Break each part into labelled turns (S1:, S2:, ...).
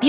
S1: 美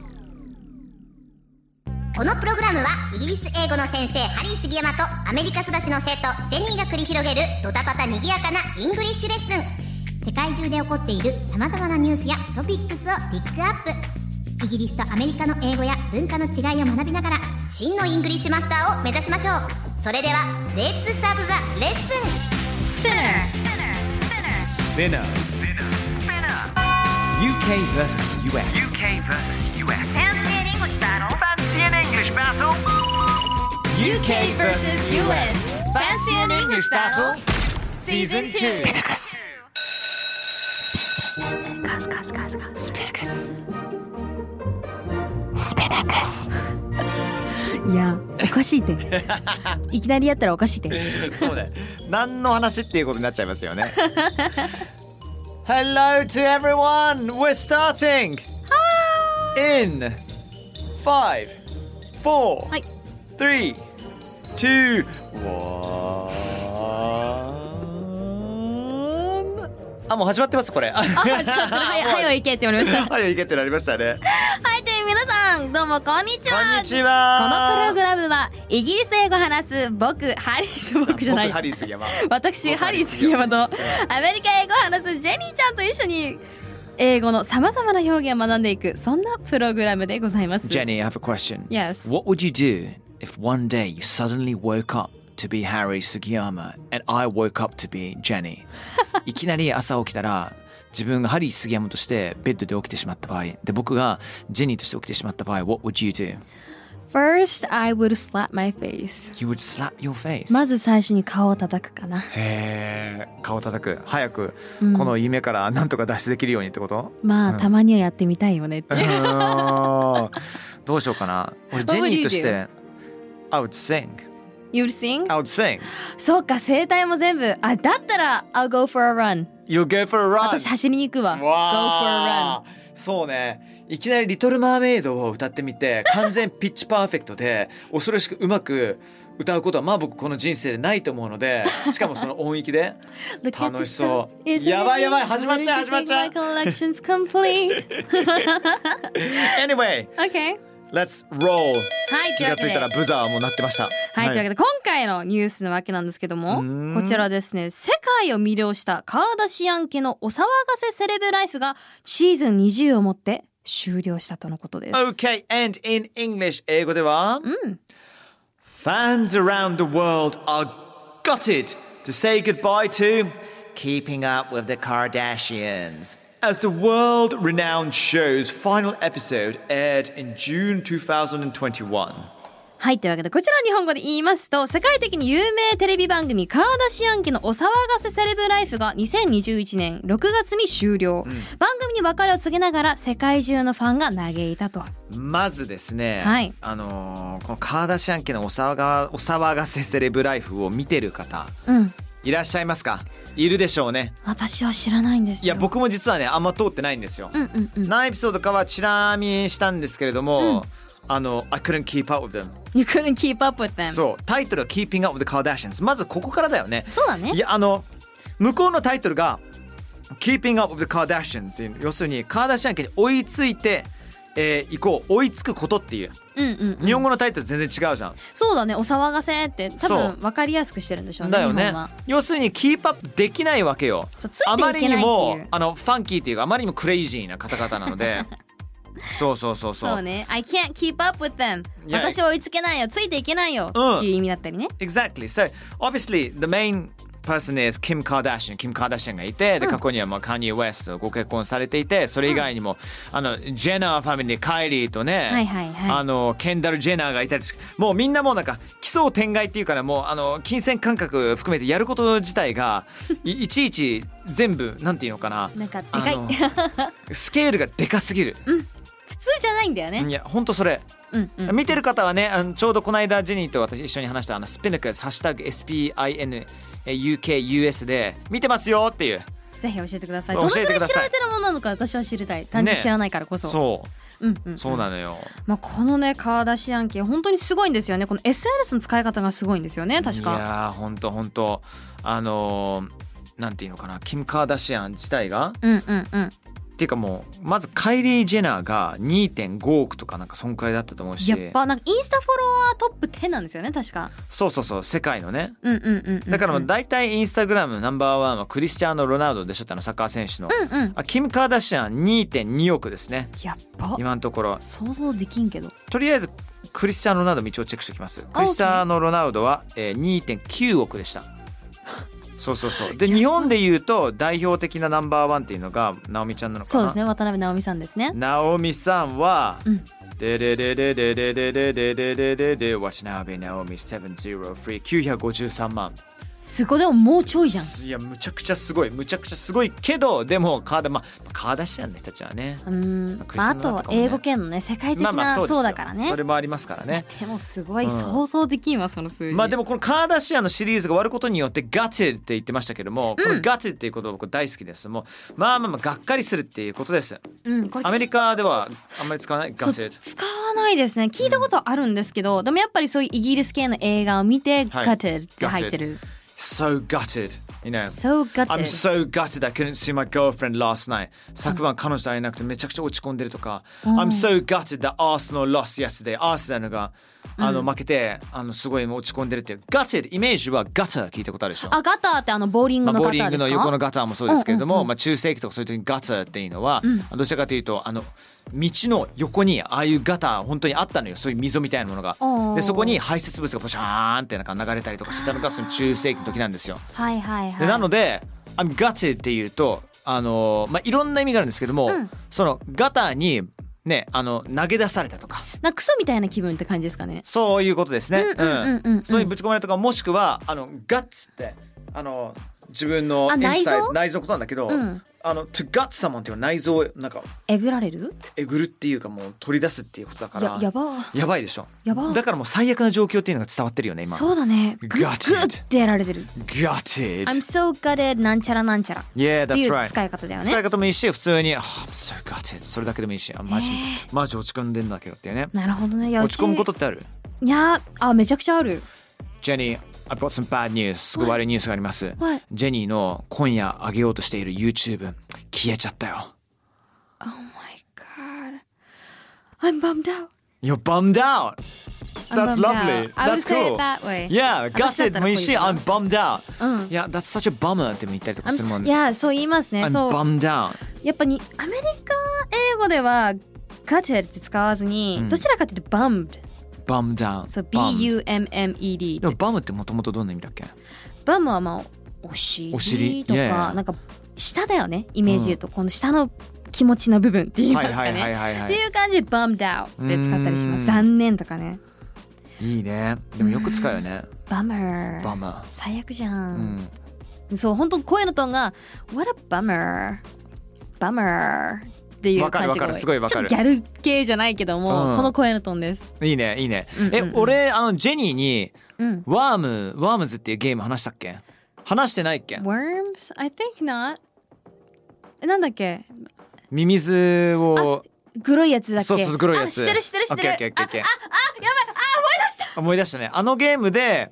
S2: このプログラムはイギリス英語の先生ハリー杉山とアメリカ育ちの生徒ジェニーが繰り広げるドタパタにぎやかなイングリッシュレッスン世界中で起こっている様々なニュースやトピックスをピックアップイギリスとアメリカの英語や文化の違いを学びながら真のイングリッシュマスターを目指しましょうそれではレッツスタートザレッスン
S3: Spinner. UK versus US.
S4: UK versus US. Fancy an English battle. Fancy an English battle.
S3: UK versus US. Fancy an English battle? Season 2. Spinnacus. Spinnacus. Spinnacus.
S5: いやおかしいって いきなりやったらおかしいっ て
S3: そうだよ。何の話っていうことになっちゃいます よね。Hello to everyone! We're starting! In 5, 4,
S5: はい
S3: 3, 2, 1. あ、もう始まってます、これ。あ、
S5: あ始まった はいはいはい行けって言われました
S3: はい、いけってなりましたね。
S5: はいという皆さんどうもこんにち
S3: こ
S5: は
S3: んにち
S5: こ
S3: は。
S5: のプログラムはイギリス英語を話す僕ハリス僕じゃな
S3: 僕ハ
S5: い
S3: リー杉山。
S5: 私
S3: 僕
S5: ハリー杉山とアメリカ英語を話すジェニーちゃんと一緒に英語のさまざまな表現を学んでいくそんなプログラムでございます
S6: Jenny, I have a question.
S5: Yes.
S6: What would you do if one day you suddenly woke up to be Harry Sugiyama and I woke up to be Jenny? いきなり朝起きたら自分がハリー杉山としてベッドで起きてしまった場合で僕がジェニーとして起きてしまった場合 What would you do?
S5: First I would slap my face
S6: You would slap your face.
S5: まず最初に顔を叩くかな
S3: へー顔叩く早く
S5: うん
S3: この夢からなんとか脱出できるようにって こと、
S5: まあたまにはやってみたいよねって
S3: うーんどうしようかな俺ジェ
S5: What would
S3: ニー
S5: you
S3: として I would sing
S5: You'll sing?
S3: I would sing
S5: そうか声帯も全部あだったら I'll go for a run
S3: You go for a run
S5: 私走りに行くわ Go for
S3: わ
S5: a
S3: ーそうねいきなり「リトル・マーメイド」を歌ってみて完全ピッチパーフェクトで恐ろしくうまく歌うことはまあ僕この人生でないと思うのでしかもその音域 で
S5: run Look at the
S3: 楽しそう
S5: sun is
S3: やばいやばい
S5: rising.
S3: 始まっちゃう
S5: Where did
S3: 始まっち
S5: you
S3: ゃ
S5: think
S3: う
S5: My collection's complete
S3: Anyway
S5: OK
S3: Let's roll
S5: はいと
S3: 気
S5: いう
S3: が
S5: わ
S3: つ
S5: け
S3: い
S5: で
S3: たらブザーも鳴ってました。
S5: はい、というわけで今回のニュースのわけなんですけど
S3: うー
S5: も
S3: ん
S5: こちらですね世界を魅了したカーダシアン家のお騒がせセレブライフがシーズン20をもって終了したとのことです、
S3: Okay, and in English eh, 英語では、
S5: ん
S3: Fans around the world are gutted to say goodbye to Keeping Up with the Kardashians. As the world renowned show's final episode aired in June 2021.
S5: はいというわけでこちら日本語で言いますと世界的に有名テレビ番組「カーダシアン家のお騒がせセレブライフ」が2021年6月に終了、番組に別れを告げながら世界中のファンが嘆いたと
S3: まずですね、
S5: はい
S3: あのーこのカーダシアン家のお騒がお騒がせセレブライフを見てる方
S5: うん
S3: いらっしゃいますかいるでしょうね
S5: 私は知らないんです
S3: い
S5: よ
S3: や僕も実はねあんま通ってないんですよ、
S5: うんうんうん
S3: 何エピソードかはちなみにしたんですけれども、あの I couldn't keep up with them
S5: You couldn't keep up with them
S3: そうタイトルは Keeping Up with the Kardashians まずここからだよね
S5: そうだね
S3: いやあの向こうのタイトルが Keeping Up with the Kardashians っていう要するにカーダシアン家に追いついてえー、行こう追いつくことっていう
S5: うんうん
S3: 日本語のタイトル全然違うじゃん、
S5: そうだねお騒がせって
S3: そ
S5: 多分分かりやすくしてるんでしょうね
S3: だよ
S5: 日
S3: ね
S5: 本は
S3: 要するにキープアップできないわけよ
S5: そうついてい
S3: あ
S5: けな
S3: ま
S5: いっ
S3: り
S5: ていう
S3: にもあのファンキーっていうかあまりにもクレイジーな方々なの でそうそうそうそう
S5: そうね I can't keep up with them
S3: いや
S5: 私を追いつけないよついていけないよ、
S3: うん
S5: っていう意味だったりね
S3: Exactly. So obviously the main person is Kim Kardashian. Kim Kardashian がいて、で過去にはまあ Kanye West とご結婚されていて、それ以外にも、あのジェナーファミリー、カイリーとね、
S5: はいはいはい
S3: あのケンダルジェナーがいたりし、もうみんなもうなんか奇想天外っていうからもうあの金銭感覚含めてやること自体 がいいちいち全部なんていうのかな、
S5: なんかで
S3: あ
S5: かい
S3: のスケールがでかすぎる。
S5: 普通じゃないんだよね
S3: いや本当それ。
S5: うんうん
S3: 見てる方はねあのちょうどこの間ジェニーと私一緒に話したあのスピンクス「ハッシュタグ #SPINUKUS」で見てますよっていう
S5: ぜひ教えてください。ど
S3: 教
S5: の
S3: え
S5: く
S3: て
S5: ら
S3: くだ
S5: い知ら
S3: さ
S5: れ
S3: い
S5: てるものなのか私は知りたい。単純に知らないからこそ。
S3: そ
S5: うんうんうん、
S3: うそうなのよ
S5: まあ、このねカーダシアン系本当にすごいんですよねこの SNS の使い方がすごいんですよね確
S3: い
S5: か
S3: やーほんとほんとあのーなんていうのかなキム・カーダシアン自体が
S5: うんうんうん
S3: っていうかもうまずカイリー・ジェナーが2.5億とかなんかそんくらいだったと思うし
S5: やっぱなんかインスタフォロワートップ10なんですよね確か
S3: そうそうそう世界のね
S5: うんうんうんうん、うん、
S3: だからもう大体インスタグラムナンバーワンはクリスチャーノ・ロナウドでしょってあのサッカー選手の、
S5: うんうん
S3: あキム・カーダシアン2.2億ですね
S5: やっぱ
S3: 今のところ
S5: 想像できんけど
S3: とりあえずクリスチャーノ・ロナウド道をチェックしておきますクリスチャーノ・ロナウドは、えー、2.9億でしたそうそうそうで日本で言うと代表的なナンバーワンっていうのがナオミちゃんなのか
S5: そ
S3: な
S5: うですね渡辺直美さんですね
S3: ナオミさんは、
S5: うん
S3: でででででででででででででわしなべなおみ703953万
S5: すごいでももうちょいじゃん
S3: いやむちゃくちゃすごいむちゃくちゃすごいけどでもカーダまあカーダシアンの人たちはね
S5: うん
S3: クリス
S5: ま
S3: マ
S5: あ、あ
S3: スとかもね
S5: と英語圏のね世界的
S3: まあまあ
S5: な
S3: そうですよ
S5: そうだからね
S3: それもありますからね
S5: でもすごい
S3: うん
S5: 想像できんわその数字
S3: まあでもこのカーダシアンのシリーズが終わることによってガチって言ってましたけども、このガチっていう言葉僕大好きですもうまあまあまあがっかりするっていうことです
S5: うんこれ
S3: アメリカではあんまり使わない
S5: そう
S3: ガチ
S5: 使わないですね聞いたことあるんですけど、でもやっぱりそういうイギリス系の映画を見て「
S3: はい
S5: gutted」って入ってる
S3: so gutted you know
S5: 「so
S3: I'm
S5: gutted
S3: so gutted I couldn't see my girlfriend last night 昨晩彼女と会えなくてめちゃくちゃ落ち込んでるとか、I'm so gutted that Arsenal lost yesterday アーセナルがあの負けて、あのすごい落ち込んでるっていう gutted イメージは gutter 聞いたことあるでしょ
S5: あガターってあのボーリン
S3: ま
S5: グ
S3: あ、
S5: の
S3: ボ
S5: ガ
S3: ー
S5: タ
S3: リング
S5: ーですか、
S3: の横のガターもそうですけれども、まあ、中世紀とかそういう時にガターっていうのは、どちらかというとあの道の横にああいうガター本当にあったのよそういう溝みたいなものが
S5: おー
S3: でそこに排泄物がポシャーンってなんか流れたりとかしてたのがその中世紀の時なんですよ。
S5: はいはいは
S3: で
S5: い
S3: なので「I'm gutted」っていうとあの、まあ、いろんな意味があるんですけども、そのガターにねあの投げ出されたとか
S5: なんかクソみたいな気分って感じですかね
S3: そういうことですね。
S5: うんうんうんうんうん
S3: そういうぶち込まれたとかもしくはあのガッツってあの自分の
S5: あ内臓
S3: emphasize 内臓のことなんだけど、
S5: うん
S3: あの to gut someone っていうのは内臓をなんか
S5: えぐられる
S3: えぐるっていうかもう取り出すっていうことだから
S5: ややば
S3: やばいでしょ。
S5: やば
S3: だからもう最悪な状況っていうのが伝わってるよね今。
S5: そうだねグ
S3: Gutted
S5: グッてやられてる
S3: gutted。
S5: I'm so gutted なんちゃらなんちゃらっ
S3: Yeah,
S5: てい
S3: that's
S5: う
S3: right.
S5: 使い方だよ
S3: 使い
S5: ね
S3: 方もいいし普通に「Oh, I'm so gutted」それだけでもいいしあマジ、マジ落ち込んでんだけどっていうね
S5: なるほどねいやう
S3: 落
S5: ち
S3: ち込むことってある
S5: いやあめちゃくちゃある
S3: ジェニー I've got some bad news すごい悪いニュースがあります
S5: What?
S3: ジェニーの今夜上げようとしている YouTube 消えちゃったよ
S5: Oh my god I'm bummed out
S3: You're bummed out! That's
S5: I'm bummed
S3: lovely!
S5: out. I would
S3: That's
S5: say it
S3: cool!
S5: that way.
S3: Yeah,
S5: 私だっ
S3: gutted
S5: たら
S3: もいいし I'm
S5: こ
S3: bummed out!
S5: うん
S3: いや、that's such a bummer っても言ったりとかするもん
S5: いやそう言いますね
S3: I'm
S5: そう
S3: bummed out!
S5: やっぱにアメリカ英語では gutted って使わずに、どちらかというと bummed
S3: bummed out!
S5: そう
S3: Bummed
S5: B-U-M-M-E-D
S3: でも bum ってもともとどんな意味だっけ
S5: バムはまあお尻
S3: お尻
S5: とか
S3: yeah
S5: なんか下だよねイメージで言うと、この下の気持ちの部分って言いますかね、
S3: はいは
S5: っていう感じで bummed out って使ったりし
S3: うー
S5: ます
S3: ん
S5: 残念とかね
S3: いいねでもよく使うよね
S5: bummer
S3: bummer
S5: 最悪じ
S3: う
S5: ゃ、
S3: んん
S5: そう本当声のトーンが what a bummer bummer っていう感じが
S3: わかるわかるすごいわかる
S5: ちょっとギャル系じゃないけども、
S3: うん
S5: この声のトーンです
S3: いいねいいね
S5: うんうん
S3: え
S5: うん
S3: 俺あのジェニーに
S5: うん
S3: ワームワームズっていうゲーム話したっけ話してないっけ
S5: worms I think not えなんだっけ
S3: ミミズを
S5: 黒いやつだっけ
S3: そうそう黒いやつ
S5: あ知ってる知ってる知ってる
S3: オッケーオッケーオッケー
S5: ああやばい
S3: 思い出したねあのゲームで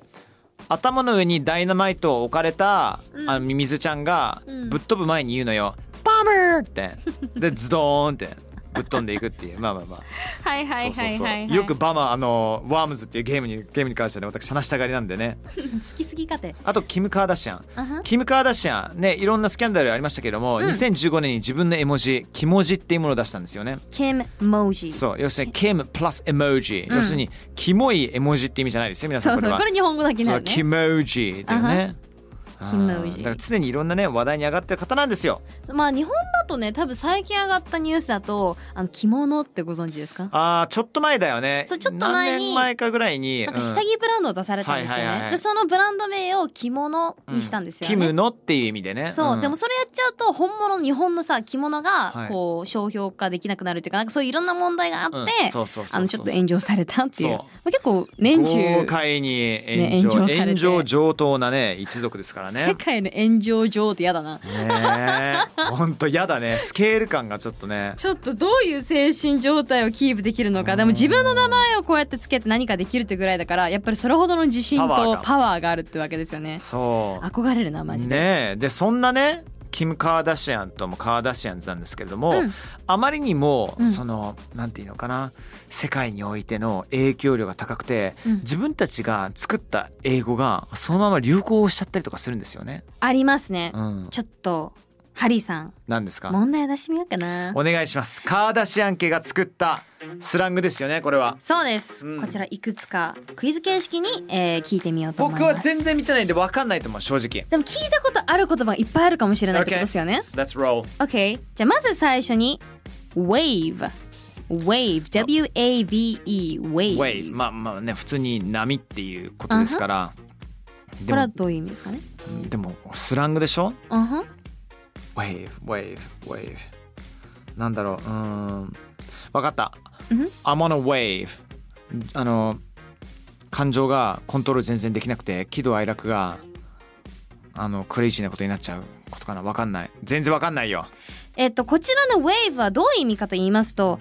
S3: 頭の上にダイナマイトを置かれた、
S5: うん
S3: あのミミズちゃんが
S5: うん
S3: ぶっ飛ぶ前に言うのよ「バムー!」ってでズドーンってぶっ飛んでいくっていうまあまあまあ
S5: はいはいはいはい、はい、
S3: よくバマあのワームズっていうゲームにゲームに関してはね私話したがりなんでね
S5: 好きすぎかて
S3: あとキム・カーダシアン
S5: あは
S3: キム・カーダシアンねいろんなスキャンダルありましたけども、2015年に自分の絵文字「キモジ」っていうものを出したんですよね
S5: Kim Moji
S3: そう要するに「キム」プラス「エモジ」
S5: ん
S3: 要するに「キモい絵文字」って意味じゃないですよ皆さ
S5: そ
S3: んこ
S5: う
S3: れ
S5: そう
S3: は
S5: これ日本語だけ
S3: そ
S5: な
S3: う
S5: の
S3: キ
S5: ね
S3: モジだよね
S5: キムウジ
S3: だから常にいろんなね話題に上がってる方なんですよ
S5: まあ日本だとね多分最近上がったニュースだとあの着物ってご存知ですか
S3: ああちょっと前だよね
S5: そうちょっと前に
S3: 何年前かぐらいに
S5: なんか
S3: うん
S5: 下着ブランドを出されたんですよね、
S3: はいはいはい
S5: でそのブランド名を着物にしたんですよね、
S3: キムのっていう意味でね
S5: そう、
S3: ん
S5: でもそれやっちゃうと本物日本のさ着物
S3: は
S5: が
S3: い
S5: こう商標化できなくなるっていうかなんかそういういろんな問題があって、
S3: うんそうそうそうそう
S5: あのちょっと炎上されたっていう
S3: そう
S5: まあ結構年
S3: 豪
S5: 中
S3: 快に
S5: ね
S3: 炎上,、
S5: 炎上されて
S3: 炎上上等なね一族ですから
S5: 世
S3: ね
S5: 界の炎上上ってやだな
S3: ねえほんとやだねスケール感がちょっとね
S5: ちょっとどういう精神状態をキープできるのかでも自分の名前をこうやってつけて何かできるってぐらいだからやっぱりそれほどの自信と
S3: パワーが
S5: パワーがあるってわけです よね
S3: そう
S5: 憧れるなマジで、
S3: ねえでそんなねキム・カーダシアンともカーダシアンズなんですけれども、
S5: うん
S3: あまりにも
S5: うん
S3: その、なんていうのかな世界においての影響力が高くて、
S5: うん
S3: 自分たちが作った英語がそのまま流行しちゃったりとかするんですよね。
S5: ありますね、
S3: うん、
S5: ちょっとハリーさん
S3: なんですか
S5: 問題出してみようかな
S3: お願いしますカーダシアン家が作ったスラングですよねこれは。
S5: そうです、
S3: うん
S5: こちらいくつかクイズ形式に、えー聞いてみようと思い
S3: 僕
S5: ます
S3: は全然見てないんで分かんないと思う正直。
S5: でも聞いたことある言葉がいっぱいあるかもしれないってことですよね
S3: Let's roll.
S5: OK じゃあまず最初に Wave Wave W-A-V-E Wave,
S3: Wave まあまあね普通に波っていうことですから。
S5: こ
S3: で
S5: れは
S3: も
S5: どういう意味ですかね
S3: でもスラングでしょ
S5: うんふん
S3: Wave Wave Wave なんだろううーん分かった
S5: うん
S3: I'm on a wave あの感情がコントロール全然できなくて喜怒哀楽があのクレイジーなことになっちゃうことかな分かんない全然分かんないよ
S5: えっと、こちらの Wave はどういう意味かと言いますと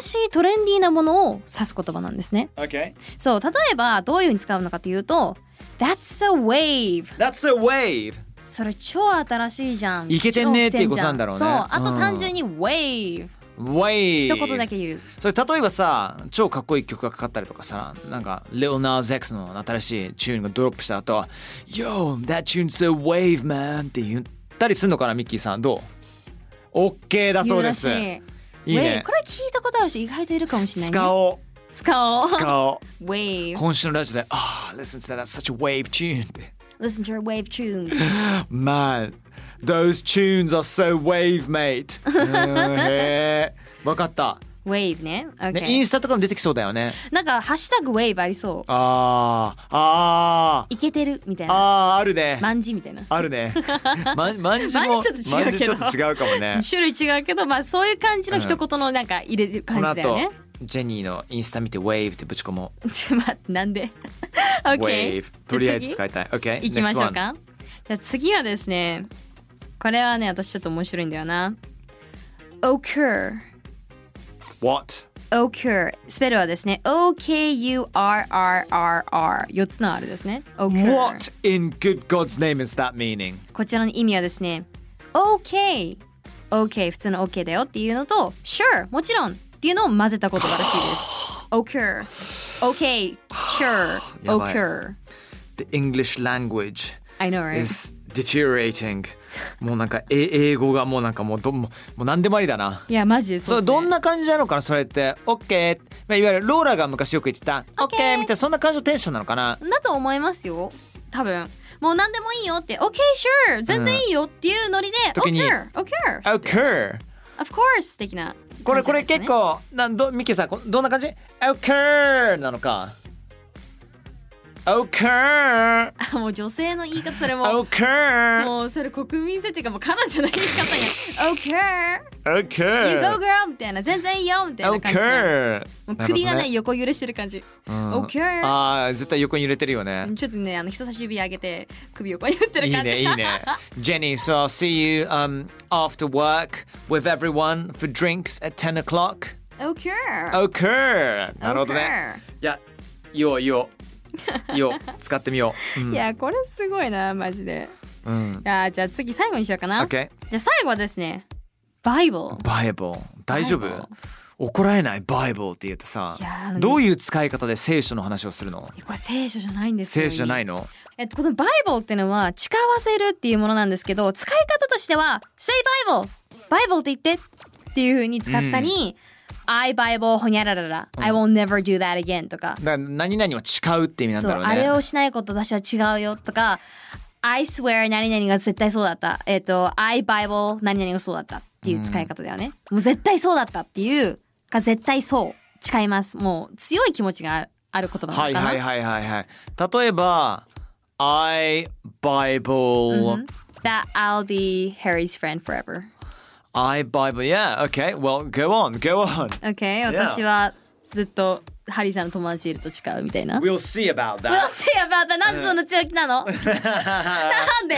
S5: 新しいトレンディーなものを指す言葉なんですね
S3: OK
S5: そう例えばどういうふうに使うのかというと That's a wave
S3: That's a wave
S5: それ超新しいじゃん
S3: イケてんね
S5: 超来じゃ
S3: っていうことなんだろうね
S5: そうあと
S3: うん
S5: 単純に Wave、
S3: Wave
S5: 一言だけ言う
S3: それ例えばさ超かっこいい曲がかかったりとかさなんか Lil Nas X の新しいチューンがドロップした後 Yo, that tune's a wave man って言ったりするのかなミッキーさんどう ?OK だそうです
S5: 言ら
S3: い
S5: し
S3: いね
S5: Wave これ聞いたことあるし意外といるかもしれない、ね、
S3: 使おう
S5: 使おう
S3: 使おう
S5: Wave
S3: 今週のラジオで「ああ listen to that that's such a wave tune」って
S5: Listen to your wave tunes
S3: Man those tunes are so wave mate うんへえわかった
S5: Wave ね OK
S3: ねインスタとかも出てきそうだよね
S5: なんかハッシュタグ Wave ありそう
S3: あーあ
S5: イケてるみたい
S3: ー
S5: な
S3: あーあるね
S5: マンジみたいな
S3: ある ね。まん、まんじも。
S5: まんじちょっと違うけど。
S3: まんじちょっと違うかもね
S5: 種類違うけどまあそういう感じの一言のなんか入れる
S3: こ
S5: 感
S3: の
S5: じだよ
S3: 後
S5: ね、、
S3: ジェニーのインスタ見て、ウェーブってぶち込もう。
S5: ちょ待ってなんで OK
S3: ウェーブ。とりあえず使いたい。OK。
S5: いきましょう。かじゃあ次はですねこれはね私ちょっと面白いんだよな occur
S3: What?
S5: occur スペルはですね OKURRRR4 つの R ですね occur
S3: What in good God's name is that meaning?
S5: こちらの意味はですね OK OK 普通の OK だよっていうのと Sure もちろんっていうのを混ぜた言葉らしいです occur OK Sure
S3: やばい
S5: occur
S3: The English language
S5: I know right
S3: is deteriorating. もうなんか、え英語がもうなんかもうど、もうもう何でもありだな。
S5: いやマジで
S3: そ
S5: そううです
S3: ど
S5: ね
S3: んな感じなのかなそれってオッケー、まあ、いわゆるローラが昔よく言ってたオッケーみたいなそんな感じのテンションなのかな
S5: だと思いますよ多分もう何でもいいよって OK sure 全然いいよっていうノリで、
S3: 時に
S5: OK OK
S3: オッケー
S5: of course 的な
S3: これこ
S5: 感
S3: れ
S5: じ
S3: 結
S5: なんですかね
S3: 構なんどミケさんこどんな感じ ?OK なのか ?OK!
S5: もう女性の言い方それも
S3: OK!
S5: もうそれ国民性っていうかもう彼女の言い方に OK You go
S3: OK!
S5: girl みたいな全然いいよみたいな感じじゃん
S3: OK!
S5: もう首が
S3: なるほど
S5: ね
S3: ね
S5: 横揺れしてる感じ
S3: ん
S5: OK
S3: ああ絶対横に揺れてるよね。
S5: ちょっとねあの人差し指上げて首横に揺って
S3: い
S5: る
S3: い
S5: 感じ
S3: ねいいね。Jenny, so I'll see you um, after work with everyone for drinks at 10 o'clock.
S5: OK
S3: OK! なるほどね。いや、いよういよう。いよう使ってみよ
S5: OK いやこれすごいなマジで
S3: う。うん。
S5: いやじゃあ次最後にしようかな
S3: OK。
S5: じゃあ最後はですね、バイブル。
S3: バイブル大丈夫
S5: Bible
S3: 怒られないバイブルって言うとさ
S5: いやー
S3: どういう使い方で聖書の話をするの
S5: これ聖書じゃないんですよ。
S3: 聖書じゃない
S5: の。
S3: の
S5: えっと、このバイブルっていうのは誓わせるっていうものなんですけど、使い方としては、Say Bible! バイブルって言ってっていう風に使ったり、I Bible ほにゃららら、I will never do that again とか
S3: だ、から何々を誓うって意味なん
S5: そう、
S3: だろうね
S5: あれをしないこと私は違うよとか、 I swear 何々が絶対そうだった。えっ、と、I Bible 何々がそうだったっていう使い方だよね。もう絶対そうだったっていうか絶対そう誓います。もう強い気持ちがあるある言葉なのかな。
S3: はいはいはいはいはい。例えば、I Bible、
S5: That I'll be Harry's friend forever.
S3: I Bible, yeah, okay, well, go on, go on.
S5: Okay? 私はずっとハリーさんの友達いると誓うみたいな。
S7: We'll see about
S5: We'll
S7: that.
S5: see about that. なんでそんな強気 なのなんで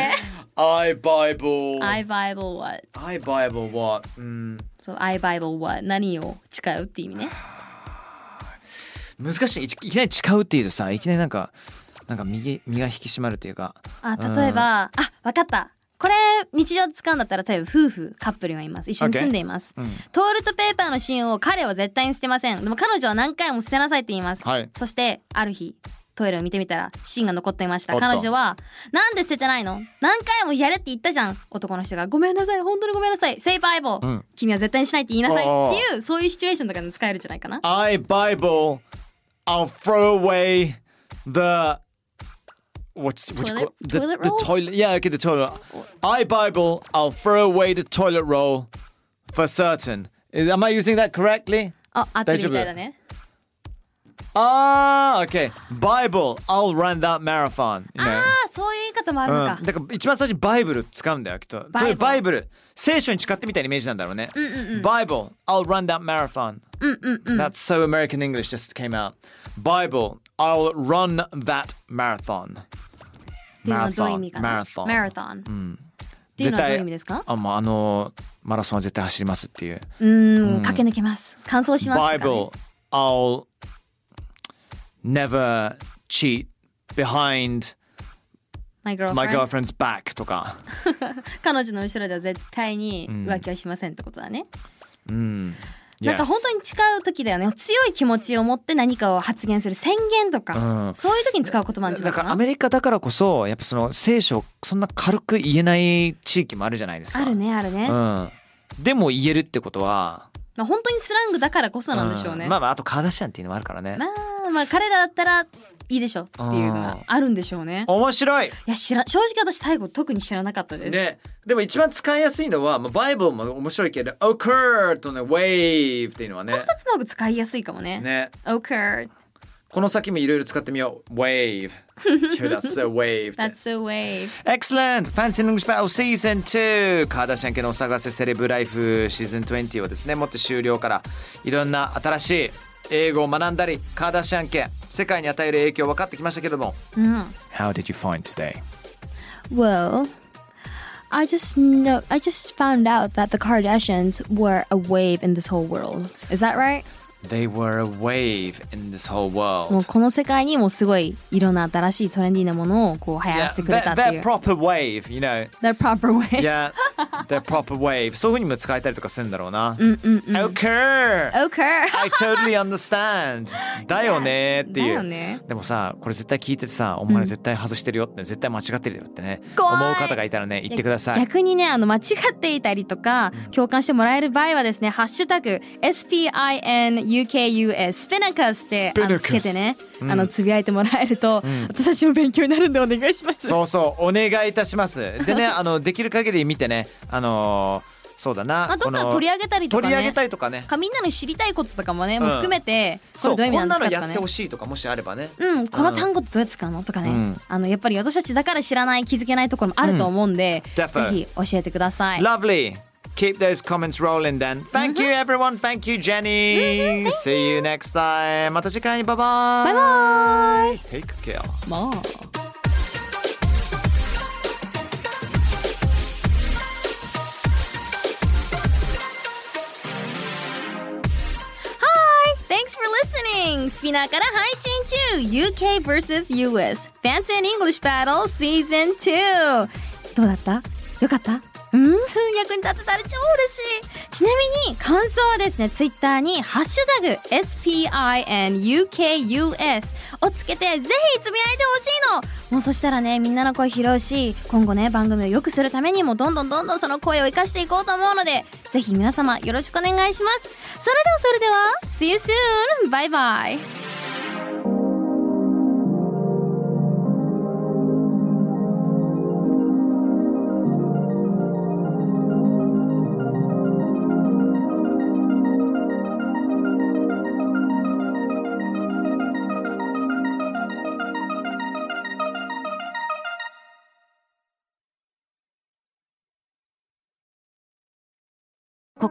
S7: I Bible.
S5: ?I Bible what?
S7: I Bible what? Mm.
S5: So I Bible what? 何を誓うって意味ね。
S3: 難しい。いいきなり誓うっていうとさ、いきなりなんか、なんか身身が引き締まるというか。
S5: あ例えば、あわかったこれ日常で使うんだったら例えば夫婦カップルがいます一緒に
S3: Okay
S5: 住んでいます、トイレットペーパーの芯を彼は絶対に捨てませんでも彼女は何回も捨てなさいって言います、
S3: はい
S5: そしてある日トイレを見てみたら芯が残っていました
S3: おっと
S5: 彼女は「なんで捨ててないの何回もやれって言ったじゃん」男の人が「ごめんなさい本当にごめんなさい Say bye bye、
S3: ん
S5: 君は絶対にしないって言いなさい」っ
S3: おー
S5: ていうそういうシチュエーションとかでも使えるんじゃないかな
S3: I Bible, I'll throw away the what's what you
S5: Toilet-
S3: call the,
S5: toilet
S3: the
S5: rolls?
S3: toilet. Yeah, okay, the toilet. I Bible, I'll throw away the toilet roll for certain. Is- Am I using that correctly?
S5: あ合ってるみたいだね
S3: Ah, okay. Bible, I'll run that marathon. You
S5: あ
S3: know.
S5: あそういう言い方もあるのか
S3: うん、だから一番最初にバイブル使うんだよきっと
S5: バイブル
S3: バイブル聖書に誓ってみたいなイメージなんだろうね、バイブル I'll run that marathon、That's so American English just came out バイブル I'll run that marathon
S5: っていうのはどういう意味かな
S3: マラソン
S5: マラソンっていうのはどういう意味ですか
S3: あもうあのマラソンは絶対走りますっていう
S5: うーん、駆け抜けます。乾燥します
S3: バイ
S5: とかね。
S3: ブル I'll never cheat behind
S5: My girlfriend.
S3: my girlfriend's back とか
S5: 彼女の後ろでは絶対に浮気はしませんってことだね。なんか
S3: Yes
S5: 本当に誓う時だよね。強い気持ちを持って何かを発言する宣言とか、
S3: うん
S5: そういう時に使う言葉なんじゃ
S3: ない
S5: な
S3: ん
S5: か
S3: か
S5: な。
S3: アメリカだからこそやっぱその聖書をそんな軽く言えない地域もあるじゃないですか。
S5: あるねあるね。
S3: う
S5: ま
S3: ん、でも言えるってことは
S5: あ本当にスラングだからこそなんでしょうね。
S3: んまあまああとカーダシアンっていうのもあるからね。
S5: まあまあ彼らだったらいいでしょっていうのがあるんでしょうね。
S3: 面白い
S5: いや知ら正直私タイ語特に知らなかったです。
S3: ね、でも一番使いやすいのは、まあ、バイブルも面白いけど「occur」とね「wave」っていうのはね
S5: 一つの方が使いやすいかもね。
S3: ね
S5: Okay,
S3: この先もいろいろ使ってみよう「wave」「Yo, that's so wave」って
S5: that's a wave.
S3: Excellent! Fancy English Battle Season 2! カーダシャン家のお探せセレブライフシーズン20はですね、もっと終了からいろんな新しい英語を学んだり、カーダシャン家、世界に与える影響を分かってきましたけれども。How did you find today?
S8: Well, I just know I just found out that the Kardashians were a wave in this whole world. Is that right?
S3: They were a wave in this whole
S5: もう
S3: world.
S5: この世界にもすごいいろんな新しいトレンディーなものをこう流行ら
S3: Yeah,
S5: せてくれた
S3: they're,
S5: ってい
S3: they're
S5: う。
S3: proper wave, you know.
S5: Their proper way.
S3: Yeah, they're proper wave. そういうふうにも使えたりとかするんだろうな。Occur!
S5: Okay.
S3: I totally understand. だよねーっていう。
S5: だよね
S3: でもさ、これ絶対聞いててさ、お前絶対外してるよって、絶対間違ってるよってね、思
S5: 怖いう
S3: 方がいたらね、言ってください。
S5: 逆にね、あの、間違っていたりとか、共感してもらえる場合はですね、ハッシュタグ、spinukus、スピナカスってあの
S3: Spinnacus
S5: つけてね、あの、つぶやいてもらえると、私たちも勉強になるんでお願いします。
S3: そうそう、お願いいたします。で ね、あの、できる限り見てね、あのー、そうだな。
S5: まあ、どっか
S3: この
S5: 取り上げたりとか
S3: 取
S5: ね。
S3: り上げたりとかね。
S5: かみんなの知りたいこととかもね、もう含めて、こ
S3: そ
S5: れ
S3: う、
S5: どういう意
S3: こん
S5: 味な
S3: なんの
S5: ですか
S3: や
S5: と
S3: っ
S5: か
S3: て
S5: ね
S3: ほ。しいとか、もしあればね。
S5: うん、この単語ってどうやって使うのとかね、
S3: ん
S5: あのやっぱり私たちだから知らない気づけないところもあると思うんで、
S3: Defo
S5: ぜひ教えてください。
S3: Lovely. Keep those comments rolling then. Thank you everyone. Thank you Jenny. See you next time. また次回にバイバイ。
S5: バイ
S3: Take care.
S5: もうはい Thanks for listening! スピナーから配信中 UK vs.US Fancy and English Battle Season 2どうだったよかったうん役に立てたら超嬉しいちなみに感想はですねツイッターに「ハッシュタグ #SPINUKUS」をつけてぜひつぶやいてほしいのもうそしたらねみんなの声拾うし今後ね番組を良くするためにもどんどんどんどんその声を生かしていこうと思うのでぜひ皆様よろしくお願いしますそれではそれでは See you soon! バイバイこ